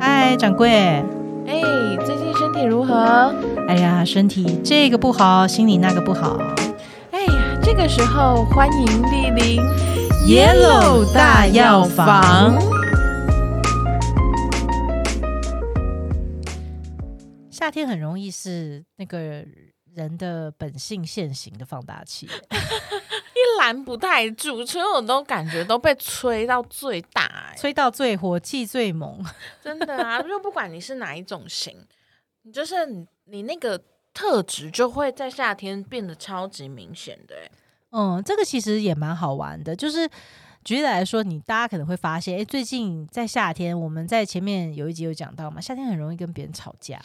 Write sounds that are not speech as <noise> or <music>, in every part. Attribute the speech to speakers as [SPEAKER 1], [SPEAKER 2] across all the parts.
[SPEAKER 1] 嗨，掌柜。
[SPEAKER 2] 哎，最近身体如何？
[SPEAKER 1] 哎呀，身体这个不好，心里那个不好。
[SPEAKER 2] 哎呀，这个时候欢迎莅临
[SPEAKER 1] Yellow 大药房。夏天很容易是那个人的本性现行的放大器。 <laughs>
[SPEAKER 2] 一拦不太住，所有都感觉都被吹到最大、哎
[SPEAKER 1] 吹到最火，气最猛。 <laughs>
[SPEAKER 2] 真的啊，就不管你是哪一种型，你就是你你那个特质就会在夏天变得超级明显的、哎
[SPEAKER 1] 嗯，这个其实也蛮好玩的，就是。举例来说，你大家可能会发现，哎，最近在夏天，我们在前面有一集有讲到嘛，夏天很容易跟别人吵架，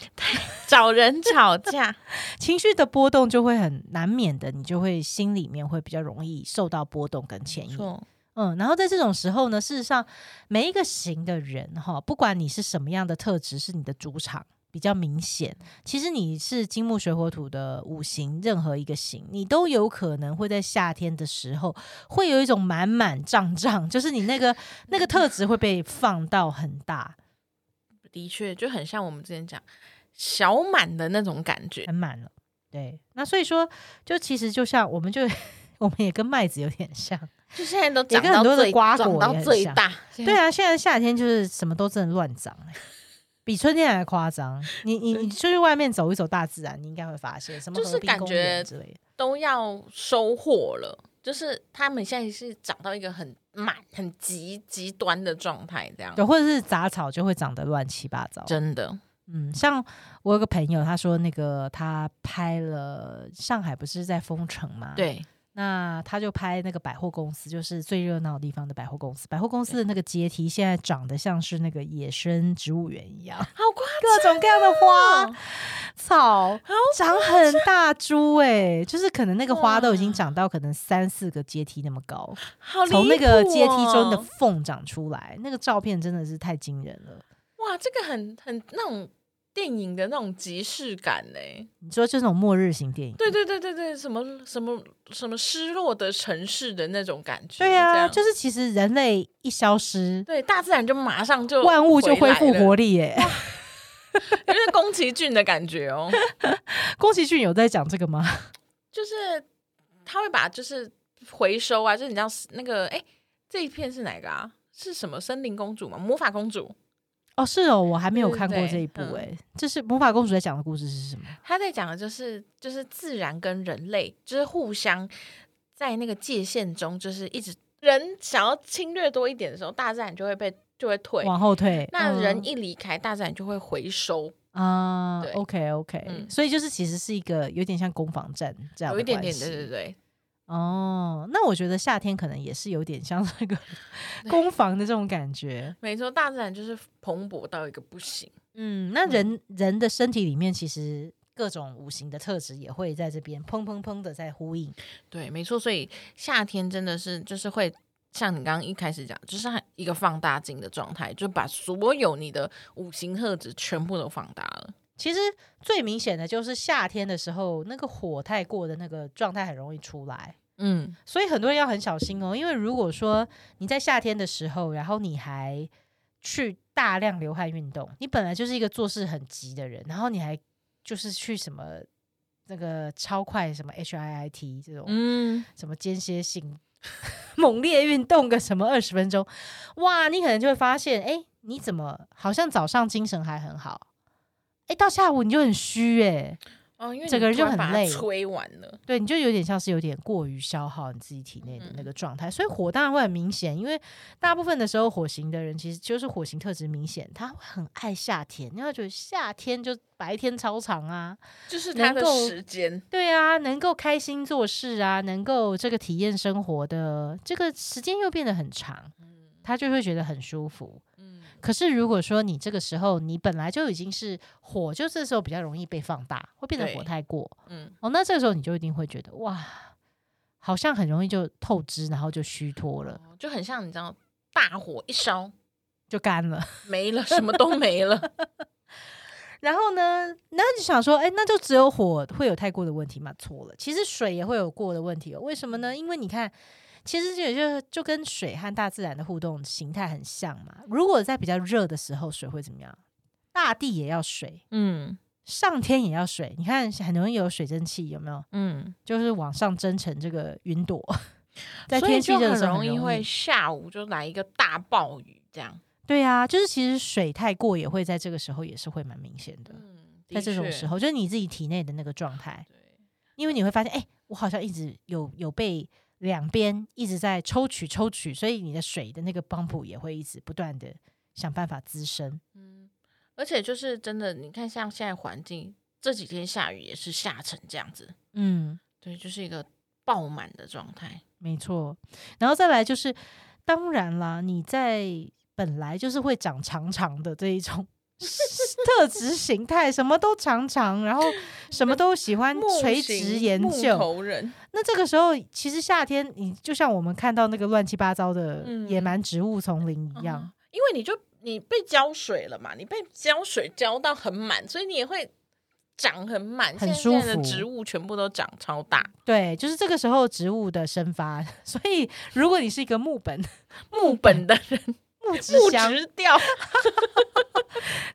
[SPEAKER 2] 找人
[SPEAKER 1] <laughs>
[SPEAKER 2] 吵架，
[SPEAKER 1] 情绪的波动就会很难免的，你就会心里面会比较容易受到波动跟牵引。
[SPEAKER 2] 错，
[SPEAKER 1] 嗯，然后在这种时候呢，事实上每一个型的人哈，不管你是什么样的特质，是你的主场比较明显。其实你是金木水火土的五行任何一个型，你都有可能会在夏天的时候会有一种满满胀胀，就是你那个那个特质会被放到很大
[SPEAKER 2] 的确就很像我们之前讲小满的那种感觉。
[SPEAKER 1] 很满了。对，那所以说，就其实就像我们就 <laughs> 我们也跟麦子有点像。
[SPEAKER 2] 就现在都
[SPEAKER 1] 也
[SPEAKER 2] 长
[SPEAKER 1] 跟
[SPEAKER 2] 到
[SPEAKER 1] 很多的
[SPEAKER 2] 最
[SPEAKER 1] 瓜果
[SPEAKER 2] 长到
[SPEAKER 1] 也很
[SPEAKER 2] 最
[SPEAKER 1] 像
[SPEAKER 2] 大，现
[SPEAKER 1] 对
[SPEAKER 2] 在
[SPEAKER 1] 啊，现在夏天就是什么都真的乱长、欸，比春天还夸张。你你你出去外面走一走大自然，你应该会发现什么
[SPEAKER 2] 就是
[SPEAKER 1] 河滨
[SPEAKER 2] 感
[SPEAKER 1] 公园
[SPEAKER 2] 觉
[SPEAKER 1] 之类的。
[SPEAKER 2] 都要收获了，就是他们现在是长到一个很满、很极极端的状态，这样
[SPEAKER 1] 对，或者是杂草就会长得乱七八糟。
[SPEAKER 2] 真的
[SPEAKER 1] 嗯，像我有个朋友，他说那个他拍了上海不是在封城吗？，
[SPEAKER 2] 对，
[SPEAKER 1] 那他就拍那个百货公司，就是最热闹的地方的百货公司。百货公司的那个阶梯现在长得像是那个野生植物园一样，
[SPEAKER 2] 好夸
[SPEAKER 1] 各种各样的花
[SPEAKER 2] 张，
[SPEAKER 1] 草长很大株哎、就是可能那个花都已经
[SPEAKER 2] 哇
[SPEAKER 1] 长到可能三四个阶梯那么高，
[SPEAKER 2] 好
[SPEAKER 1] 从
[SPEAKER 2] 离
[SPEAKER 1] 那个
[SPEAKER 2] 谱
[SPEAKER 1] 阶梯中的
[SPEAKER 2] 哦
[SPEAKER 1] 缝长出来，那个照片真的是太惊人了。
[SPEAKER 2] 哇，这个很很那种电影的那种即视感呢。
[SPEAKER 1] 你说就那种末日型电影，
[SPEAKER 2] 对对对对对，什么什么什么失落的城市的那种感觉，
[SPEAKER 1] 对
[SPEAKER 2] 这
[SPEAKER 1] 呀、
[SPEAKER 2] 样
[SPEAKER 1] 就是其实人类一消失，
[SPEAKER 2] 对大自然就马上就
[SPEAKER 1] 万物就
[SPEAKER 2] 回
[SPEAKER 1] 恢
[SPEAKER 2] 来
[SPEAKER 1] 复
[SPEAKER 2] 了 <laughs>
[SPEAKER 1] 活力哎、
[SPEAKER 2] 有点宫崎骏的感觉哦。
[SPEAKER 1] 宫崎骏有在讲这个吗？
[SPEAKER 2] 就是他会把就是回收啊，就是你知道那个哎、这一片是哪个啊？是什么森林公主吗？魔法公主，
[SPEAKER 1] <laughs> 哦，是哦，我还没有
[SPEAKER 2] 对对
[SPEAKER 1] 看过
[SPEAKER 2] 对
[SPEAKER 1] 这一部
[SPEAKER 2] 嗯
[SPEAKER 1] 哎、这是魔法公主在讲的故事是什么？
[SPEAKER 2] 她在讲的就是就是自然跟人类就是互相在那个界限中，就是一直人想要侵略多一点的时候，大自然就会被就会退。
[SPEAKER 1] 往后退，
[SPEAKER 2] 那
[SPEAKER 1] 嗯
[SPEAKER 2] 人一离开，大自然就会回收，
[SPEAKER 1] 啊、
[SPEAKER 2] 对
[SPEAKER 1] o k OK，、
[SPEAKER 2] 嗯
[SPEAKER 1] 所以就是其实是一个有点像攻防战这样
[SPEAKER 2] 有
[SPEAKER 1] 的
[SPEAKER 2] 一点
[SPEAKER 1] 关
[SPEAKER 2] 点，
[SPEAKER 1] 系，
[SPEAKER 2] 对对对，
[SPEAKER 1] 哦，那我觉得夏天可能也是有点像那个
[SPEAKER 2] <laughs> 对
[SPEAKER 1] 攻防的这种感觉。
[SPEAKER 2] 没错，大自然就是蓬勃到一个不行，
[SPEAKER 1] 嗯，那人、人的身体里面其实各种五行的特质也会在这边砰砰砰的在呼应。
[SPEAKER 2] 对，没错，所以夏天真的是就是会像你刚刚一开始讲，就是它一个放大镜的状态，就把所有你的五行特质全部都放大了。
[SPEAKER 1] 其实最明显的就是夏天的时候，那个火太过的那个状态很容易出来。
[SPEAKER 2] 嗯，
[SPEAKER 1] 所以很多人要很小心哦，因为如果说你在夏天的时候，然后你还去大量流汗运动，你本来就是一个做事很急的人，然后你还就是去什么那个超快什么 HIIT 这种、
[SPEAKER 2] 嗯，
[SPEAKER 1] 什么间歇性 <laughs> 猛烈运动个什么二十分钟，哇，你可能就会发现，哎，你怎么好像早上精神还很好，哎，到下午你就很虚哎、诶
[SPEAKER 2] 哦，因为
[SPEAKER 1] 整
[SPEAKER 2] 你
[SPEAKER 1] 个人就
[SPEAKER 2] 突然
[SPEAKER 1] 很
[SPEAKER 2] 把它
[SPEAKER 1] 累
[SPEAKER 2] 吹完了。
[SPEAKER 1] 对，你就有点像是有点过于消耗你自己体内的那
[SPEAKER 2] 嗯
[SPEAKER 1] 个状态，所以火当然会很明显，因为大部分的时候火型的人其实就是火型特质明显，他会很爱夏天，因为他觉得夏天就白天超长啊，
[SPEAKER 2] 就是
[SPEAKER 1] 能
[SPEAKER 2] 它的
[SPEAKER 1] 够
[SPEAKER 2] 时间，
[SPEAKER 1] 对啊，能够开心做事啊，能够这个体验生活的这个时间又变得很长，他就会觉得很舒服。
[SPEAKER 2] 嗯，
[SPEAKER 1] 可是如果说你这个时候你本来就已经是火，就这时候比较容易被放大，会变得火
[SPEAKER 2] 对
[SPEAKER 1] 太过，
[SPEAKER 2] 嗯，
[SPEAKER 1] 哦，那这个时候你就一定会觉得哇，好像很容易就透支，然后就虚脱了，
[SPEAKER 2] 哦就很像你知道，大火一烧
[SPEAKER 1] 就干了。 <laughs>
[SPEAKER 2] 没了，什么都没了。
[SPEAKER 1] 然后呢，那就想说，哎，那就只有火会有太过的问题吗？错了，其实水也会有过的问题、哦。为什么呢？因为你看，其实也就就跟水和大自然的互动形态很像嘛。如果在比较热的时候，水会怎么样？大地也要水，
[SPEAKER 2] <laughs> 嗯
[SPEAKER 1] 上天也要水。你看，很容易有水蒸气，有没有？
[SPEAKER 2] 嗯，
[SPEAKER 1] 就是往上蒸成这个云朵， <laughs> 在
[SPEAKER 2] 所
[SPEAKER 1] 天
[SPEAKER 2] 以
[SPEAKER 1] 气
[SPEAKER 2] 就
[SPEAKER 1] 热的
[SPEAKER 2] 很
[SPEAKER 1] 时候
[SPEAKER 2] 容易会下午就来一个大暴雨这样。
[SPEAKER 1] 对啊，就是其实水太过也会在这个时候也是会蛮明显的，
[SPEAKER 2] 嗯，
[SPEAKER 1] 在这种时候，就是你自己体内的那个状态，因为你会发现，哎、我好像一直有有被两边一直在抽取抽取，所以你的水的那个泵浦也会一直不断的想办法滋生。
[SPEAKER 2] 嗯，而且就是真的，你看像现在环境这几天下雨也是下成这样子，
[SPEAKER 1] 嗯，
[SPEAKER 2] 对，就是一个爆满的状态。
[SPEAKER 1] 没错。然后再来就是，当然啦，你在本来就是会长长长的这一 <laughs> 种特质形态，什么都长长，然后什么都喜欢垂直研究。
[SPEAKER 2] 人，
[SPEAKER 1] 那这个时候，其实夏天你就像我们看到那个乱七八糟的
[SPEAKER 2] 嗯
[SPEAKER 1] 野蛮植物丛林一样，
[SPEAKER 2] 嗯因为你就你被浇水了嘛，你被浇水浇到很满，所以你也会长很满。
[SPEAKER 1] 很
[SPEAKER 2] 现在
[SPEAKER 1] 舒服
[SPEAKER 2] 现在的植物全部都长超大，
[SPEAKER 1] 对，就是这个时候植物的生发。 <laughs> 所以，如果你是一个木本
[SPEAKER 2] 木本的人
[SPEAKER 1] 木质
[SPEAKER 2] 木
[SPEAKER 1] 香，
[SPEAKER 2] 质
[SPEAKER 1] <laughs>
[SPEAKER 2] 调，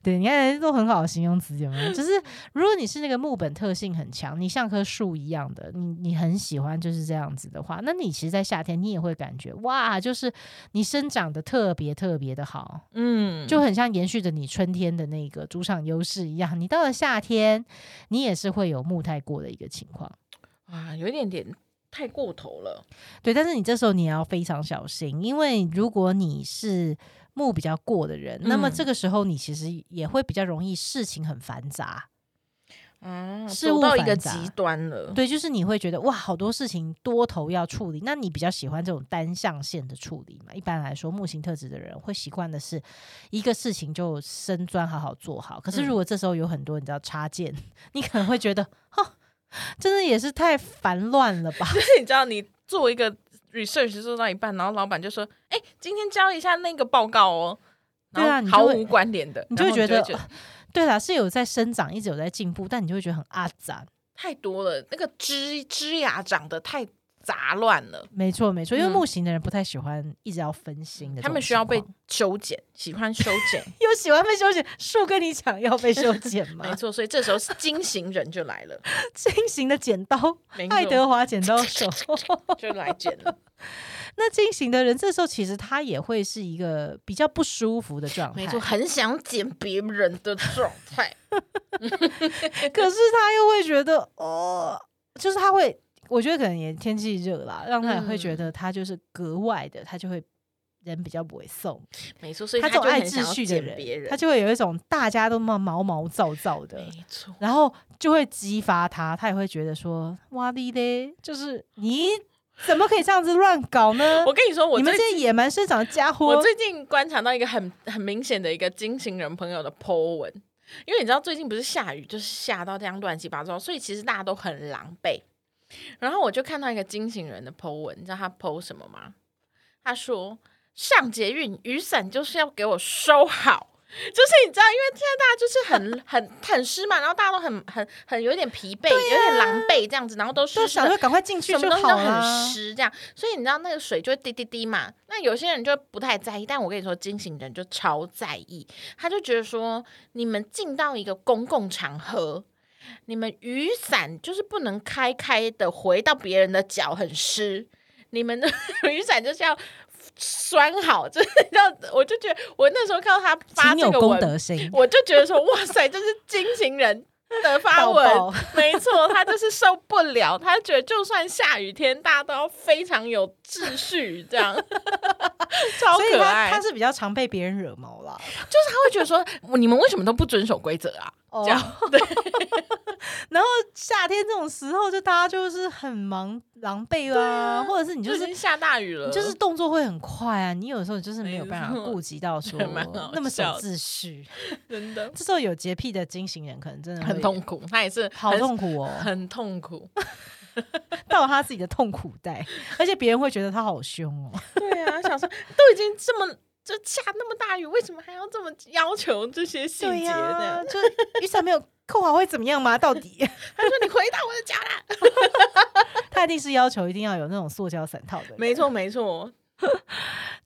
[SPEAKER 1] 对，你看都很好的形容词，有没有？就是如果你是那个木本特性很强，你像棵树一样的，你你很喜欢就是这样子的话，那你其实，在夏天你也会感觉哇，就是你生长的特别特别的好，
[SPEAKER 2] 嗯，
[SPEAKER 1] 就很像延续着你春天的那个主场优势一样，你到了夏天，你也是会有木太过的一个情况。
[SPEAKER 2] 啊，有一点点太过头了。
[SPEAKER 1] 对，但是你这时候你也要非常小心，因为如果你是木比较过的人，那么
[SPEAKER 2] 嗯
[SPEAKER 1] 这个时候你其实也会比较容易事情很繁杂。
[SPEAKER 2] 啊，
[SPEAKER 1] 嗯事
[SPEAKER 2] 走
[SPEAKER 1] 物
[SPEAKER 2] 到一个
[SPEAKER 1] 繁杂
[SPEAKER 2] 极端了，
[SPEAKER 1] 对，就是你会觉得哇，好多事情多头要处理。那你比较喜欢这种单象限的处理嘛？一般来说，木型特质的人会习惯的是一个事情就深钻好好做好。可是如
[SPEAKER 2] 嗯
[SPEAKER 1] 果这时候有很多你知道插件，你可能会觉得哈，真的也是太烦乱
[SPEAKER 2] <laughs>
[SPEAKER 1] 了吧？
[SPEAKER 2] 就是你知道，你做一个 research 做到一半，然后老板就说：“哎、今天交一下那个报告哦。”
[SPEAKER 1] 对啊
[SPEAKER 2] 然后
[SPEAKER 1] 你就
[SPEAKER 2] 毫
[SPEAKER 1] 会
[SPEAKER 2] 无关联的，
[SPEAKER 1] 你就会
[SPEAKER 2] 然后
[SPEAKER 1] 觉得哦
[SPEAKER 2] 觉得
[SPEAKER 1] 对啦，是有在生长，一直有在进步，但你就会觉得很阿杂。
[SPEAKER 2] 太多了，那个枝枝芽长得太杂乱了，
[SPEAKER 1] 没错，没错，因为
[SPEAKER 2] 嗯
[SPEAKER 1] 木型的人不太喜欢一直要分心的这种情况， <laughs>
[SPEAKER 2] 他们需要被修剪，喜欢修剪，
[SPEAKER 1] 有喜欢被修剪。树跟你讲要被修剪吗？<laughs>
[SPEAKER 2] <laughs> 没错。所以这时候金型人就来了，
[SPEAKER 1] 新型的剪刀
[SPEAKER 2] 没
[SPEAKER 1] <laughs> 爱哦德华剪刀手。 <laughs>
[SPEAKER 2] 错就来剪了，
[SPEAKER 1] 那进行的人，这时候其实他也会是一个比较不舒服的状态，
[SPEAKER 2] 没错，很想剪别人的状态，
[SPEAKER 1] 可是他又会觉得，哦，就是他会，我觉得可能也天气热啦，让他也会
[SPEAKER 2] 嗯
[SPEAKER 1] 觉得他就是格外的，他就会人比较不会送。
[SPEAKER 2] 没错。所以
[SPEAKER 1] 他这
[SPEAKER 2] 就
[SPEAKER 1] 种爱
[SPEAKER 2] 很想
[SPEAKER 1] 秩
[SPEAKER 2] 要
[SPEAKER 1] 序的
[SPEAKER 2] 剪别
[SPEAKER 1] 人，
[SPEAKER 2] 人，
[SPEAKER 1] 他就会有一种大家都毛毛毛躁躁的。
[SPEAKER 2] 没错。
[SPEAKER 1] 然后就会激发他，他也会觉得说：“哇哩嘞，就是你怎么可以这样子乱搞呢？
[SPEAKER 2] 我跟你说，我
[SPEAKER 1] 你们
[SPEAKER 2] 最
[SPEAKER 1] 这些野蛮生长的家伙！”
[SPEAKER 2] 我最近观察到一个很很明显的一个金型人朋友的 po 文，因为你知道最近不是下雨，就是下到这样乱七八糟，所以其实大家都很狼狈。然后我就看到一个金型人的 po 文，你知道他 po 什么吗？他说上捷运雨伞就是要给我收好。就是你知道，因为现在大家就是很 <laughs> 很很湿嘛，然后大家都很很很有点疲惫，有点狼狈这样子，然啊后都湿
[SPEAKER 1] 就
[SPEAKER 2] 湿
[SPEAKER 1] 想
[SPEAKER 2] 的
[SPEAKER 1] 说赶快进去
[SPEAKER 2] 什么
[SPEAKER 1] 就
[SPEAKER 2] 东西都
[SPEAKER 1] 好啊
[SPEAKER 2] 很
[SPEAKER 1] 啦。
[SPEAKER 2] 湿，这样，所以你知道那个水就会滴滴滴嘛。那有些人就不太在意，但我跟你说，金型人就超在意，他就觉得说，你们进到一个公共场合，你们雨伞就是不能开开的，回到别人的脚很湿，你们的 <laughs> 雨伞就是要。拴好，就是 <laughs> 要，我就觉得我那时候看到他发
[SPEAKER 1] 请
[SPEAKER 2] 这
[SPEAKER 1] 有
[SPEAKER 2] 个
[SPEAKER 1] 公
[SPEAKER 2] 文，
[SPEAKER 1] 德
[SPEAKER 2] <laughs>
[SPEAKER 1] 心，
[SPEAKER 2] 我就觉得说，哇塞，这是金型人的发
[SPEAKER 1] 抱
[SPEAKER 2] <laughs> 文，
[SPEAKER 1] 抱
[SPEAKER 2] 没错，他就是受不了，他觉得就算下雨天，大家都要非常有秩序，这 <laughs> 样超
[SPEAKER 1] 所以
[SPEAKER 2] 可
[SPEAKER 1] 他
[SPEAKER 2] 爱。
[SPEAKER 1] 他是比较常被别人惹毛啦。
[SPEAKER 2] 就是他会觉得说，你们为什么都不遵守规则啊？
[SPEAKER 1] 哦
[SPEAKER 2] 这样 <laughs> 对，
[SPEAKER 1] 然后夏天这种时候，就大家就是很忙狼狈啦、或者是你就
[SPEAKER 2] 啊就是是下大雨了，
[SPEAKER 1] 你就是动作会很快啊，你有时候就是没有办法
[SPEAKER 2] 没错
[SPEAKER 1] 顾及到说
[SPEAKER 2] 觉得 <laughs> 蛮好笑的
[SPEAKER 1] 那么守秩序。
[SPEAKER 2] 真的
[SPEAKER 1] 这时候有洁癖的金型人可能真的会
[SPEAKER 2] 很，痛苦，他也是
[SPEAKER 1] 好
[SPEAKER 2] 很
[SPEAKER 1] 痛苦哦，
[SPEAKER 2] 很痛苦。
[SPEAKER 1] 到了他自己的痛苦带，而且别人会觉得他好凶
[SPEAKER 2] <laughs>
[SPEAKER 1] 哦。
[SPEAKER 2] 对啊，想说都已经这么。就下那么大雨，为什么还要这么要求这些细节？这样，
[SPEAKER 1] 啊就 <laughs> 雨伞没有扣好会怎么样吗？到底
[SPEAKER 2] 他说：“你回到我的家啦。”
[SPEAKER 1] 他一定是要求一定要有那种塑胶伞套的人，
[SPEAKER 2] 没错，没错，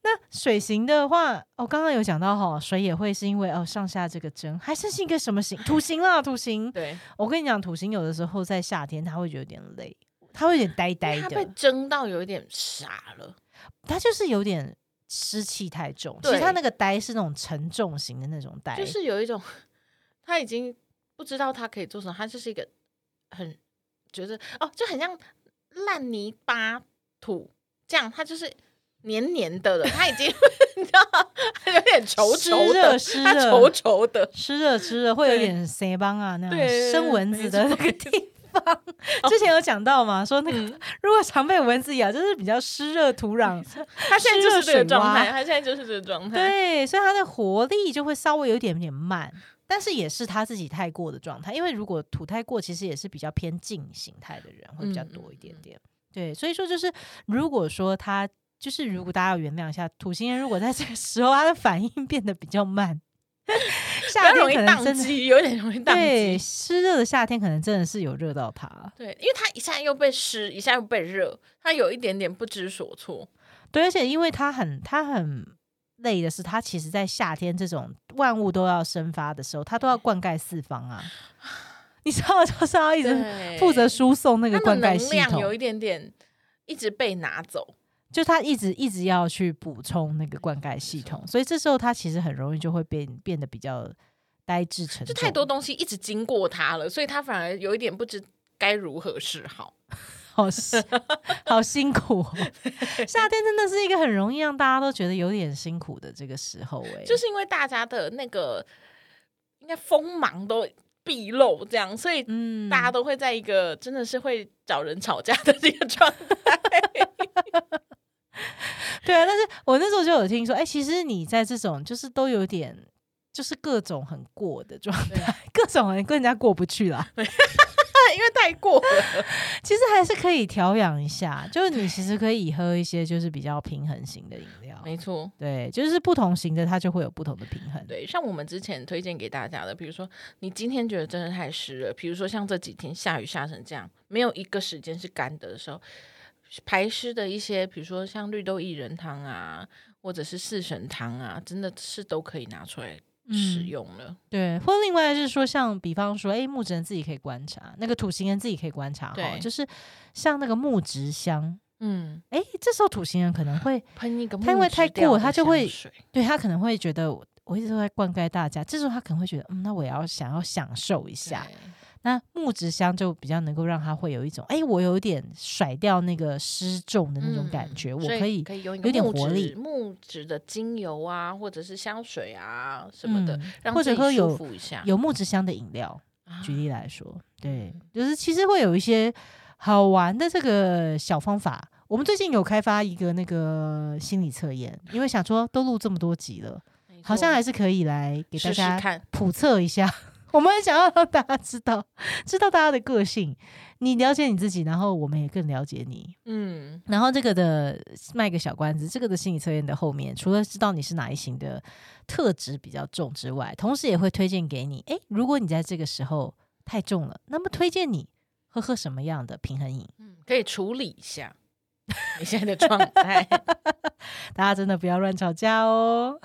[SPEAKER 1] 那水型的话，我、哦、刚刚有讲到哈、水也会是因为哦上下这个针，还是是一个什么型土型啦，土型。
[SPEAKER 2] 对，
[SPEAKER 1] 我跟你讲，土型有的时候在夏天它会有点累，它会有点呆呆
[SPEAKER 2] 因为它被
[SPEAKER 1] 的，
[SPEAKER 2] 蒸到有一点傻了。
[SPEAKER 1] 它就是有点湿气太重。其实
[SPEAKER 2] 对
[SPEAKER 1] 它那个呆是那种沉重型的那种呆，
[SPEAKER 2] 就是有一种他已经不知道他可以做什么，他就是一个很觉得哦，就很像烂泥巴土这样，他就是黏黏的了，他已经 <laughs> 你知道吗，他有点稠
[SPEAKER 1] 湿
[SPEAKER 2] 稠的，
[SPEAKER 1] 湿
[SPEAKER 2] 他
[SPEAKER 1] 热
[SPEAKER 2] 稠稠的，
[SPEAKER 1] 吃着吃着会有
[SPEAKER 2] 对
[SPEAKER 1] 点腮帮啊那样
[SPEAKER 2] 对
[SPEAKER 1] 生蚊子的那
[SPEAKER 2] 没
[SPEAKER 1] 个
[SPEAKER 2] 错
[SPEAKER 1] 地方。之前有讲到嘛，说那个、
[SPEAKER 2] 嗯
[SPEAKER 1] 如果常被蚊子咬，就是比较湿热土
[SPEAKER 2] <laughs>
[SPEAKER 1] 壤，
[SPEAKER 2] 他现在就是这
[SPEAKER 1] 水
[SPEAKER 2] 个状
[SPEAKER 1] 蛙
[SPEAKER 2] 态，他现在就是这个状态，
[SPEAKER 1] 对，所以它的活力就会稍微有一点点慢。但是也是他自己太过的状态，因为如果土太过，其实也是比较偏静形态的人会比较
[SPEAKER 2] 嗯嗯
[SPEAKER 1] 多一点点。对，所以说就是如果说他就是如果大家要原谅一下土星人，如果在这个时候他的反应变得比较慢，
[SPEAKER 2] <laughs> 比
[SPEAKER 1] 夏
[SPEAKER 2] 较
[SPEAKER 1] 天
[SPEAKER 2] 容易
[SPEAKER 1] 可能真
[SPEAKER 2] 宕
[SPEAKER 1] 的
[SPEAKER 2] 机，有点容易宕
[SPEAKER 1] 对，
[SPEAKER 2] 机。
[SPEAKER 1] 湿热的夏天可能真的是有热到它。
[SPEAKER 2] 对，因为他一下又被湿，一下又被热，他有一点点不知所措。
[SPEAKER 1] 对，而且因为它很它很累的是，它其实在夏天这种万物都要生发的时候，它
[SPEAKER 2] 嗯
[SPEAKER 1] 都要灌溉四方啊。 <laughs> 你知道，就是要一直
[SPEAKER 2] 对，
[SPEAKER 1] 负责输送那个
[SPEAKER 2] 他
[SPEAKER 1] 灌
[SPEAKER 2] 的
[SPEAKER 1] 溉
[SPEAKER 2] 能
[SPEAKER 1] 系
[SPEAKER 2] 量有
[SPEAKER 1] 统
[SPEAKER 2] 一，点点一直被拿走。
[SPEAKER 1] 就它一直一直要去补充那个灌溉系统，所以这时候它其实很容易就会变变得比较呆滞沉
[SPEAKER 2] 就
[SPEAKER 1] 重。
[SPEAKER 2] 太多东西一直经过他了，所以他反而有一点不知该如何是好。
[SPEAKER 1] 好辛 <laughs> 好辛苦
[SPEAKER 2] <laughs>
[SPEAKER 1] 哦！夏天真的是一个很容易让大家都觉得有点辛苦的这个时
[SPEAKER 2] <laughs>
[SPEAKER 1] 候哎、
[SPEAKER 2] 就是因为大家的那个应该锋芒都毕露，这样，所以
[SPEAKER 1] 嗯
[SPEAKER 2] 大家都会在一个真的是会找人吵架的这 <laughs> 个状态。
[SPEAKER 1] 对啊，但是我那时候就有听说，哎、其实你在这种就是都有点，就是各种很过的状
[SPEAKER 2] 对啊
[SPEAKER 1] 态，各种很跟人家过不去啦。
[SPEAKER 2] 因为太
[SPEAKER 1] <laughs>
[SPEAKER 2] 过了，
[SPEAKER 1] 其实还是可以调养一下，就是你其实可以喝一些就是比较平衡型的饮料。
[SPEAKER 2] 没错。
[SPEAKER 1] 对，就是不同型的它就会有不同的平衡。
[SPEAKER 2] 对，像我们之前推荐给大家的，比如说你今天觉得真的太湿了，比如说像这几天下雨下成这样，没有一个时间是干的的时候，排湿的一些，比如说像绿豆薏仁汤啊，或者是四神汤啊，真的是都可以拿出来使
[SPEAKER 1] 嗯
[SPEAKER 2] 用了。
[SPEAKER 1] 对，或另外是说，像比方说，哎，木质人自己可以观察，那个土星人自己可以观察哈，
[SPEAKER 2] 对
[SPEAKER 1] 就是像那个木质香，
[SPEAKER 2] 嗯，
[SPEAKER 1] 哎，这时候土星人可能会
[SPEAKER 2] 喷一个木
[SPEAKER 1] 它因为
[SPEAKER 2] 质
[SPEAKER 1] 太
[SPEAKER 2] 调
[SPEAKER 1] 过
[SPEAKER 2] 的
[SPEAKER 1] 它就
[SPEAKER 2] 香
[SPEAKER 1] 会
[SPEAKER 2] 水
[SPEAKER 1] 对他可能会觉得我我一直都在灌溉大家，这时候他可能会觉得，嗯，那我也要想要享受一下。
[SPEAKER 2] 对
[SPEAKER 1] 那木质香就比较能够让他会有一种，哎，我有点甩掉那个失重的那种感
[SPEAKER 2] 嗯
[SPEAKER 1] 觉，我
[SPEAKER 2] 所
[SPEAKER 1] 可以
[SPEAKER 2] 可以用一
[SPEAKER 1] 有
[SPEAKER 2] 个
[SPEAKER 1] 点
[SPEAKER 2] 木
[SPEAKER 1] 活
[SPEAKER 2] 质
[SPEAKER 1] 力
[SPEAKER 2] 木质的精油啊，或者是香水啊什么的，
[SPEAKER 1] 嗯
[SPEAKER 2] 让
[SPEAKER 1] 或者
[SPEAKER 2] 自己
[SPEAKER 1] 喝
[SPEAKER 2] 舒
[SPEAKER 1] 有
[SPEAKER 2] 服一下。
[SPEAKER 1] 有木质香的饮料。
[SPEAKER 2] 啊嗯
[SPEAKER 1] 举例来说，对，就是其实会有一些好玩的这个小方法。我们最近有开发一个那个心理测验，因为想说都录这么多集了，
[SPEAKER 2] 没
[SPEAKER 1] 好像
[SPEAKER 2] 错
[SPEAKER 1] 还是可以来给大
[SPEAKER 2] 试试
[SPEAKER 1] 家
[SPEAKER 2] 看。
[SPEAKER 1] 普测一下。我们想要让大家知道，知道大家的个性，你了解你自己，然后我们也更了解你。
[SPEAKER 2] 嗯，
[SPEAKER 1] 然后这个的卖个小关子，这个的心理测验的后面，除了知道你是哪一型的特质比较重之外，同时也会推荐给你，诶，如果你在这个时候太重了，那么推荐你喝喝什么样的平衡饮？
[SPEAKER 2] 嗯可以处理一下 <laughs> 你现在的状态。
[SPEAKER 1] 大家真的不要乱吵架哦。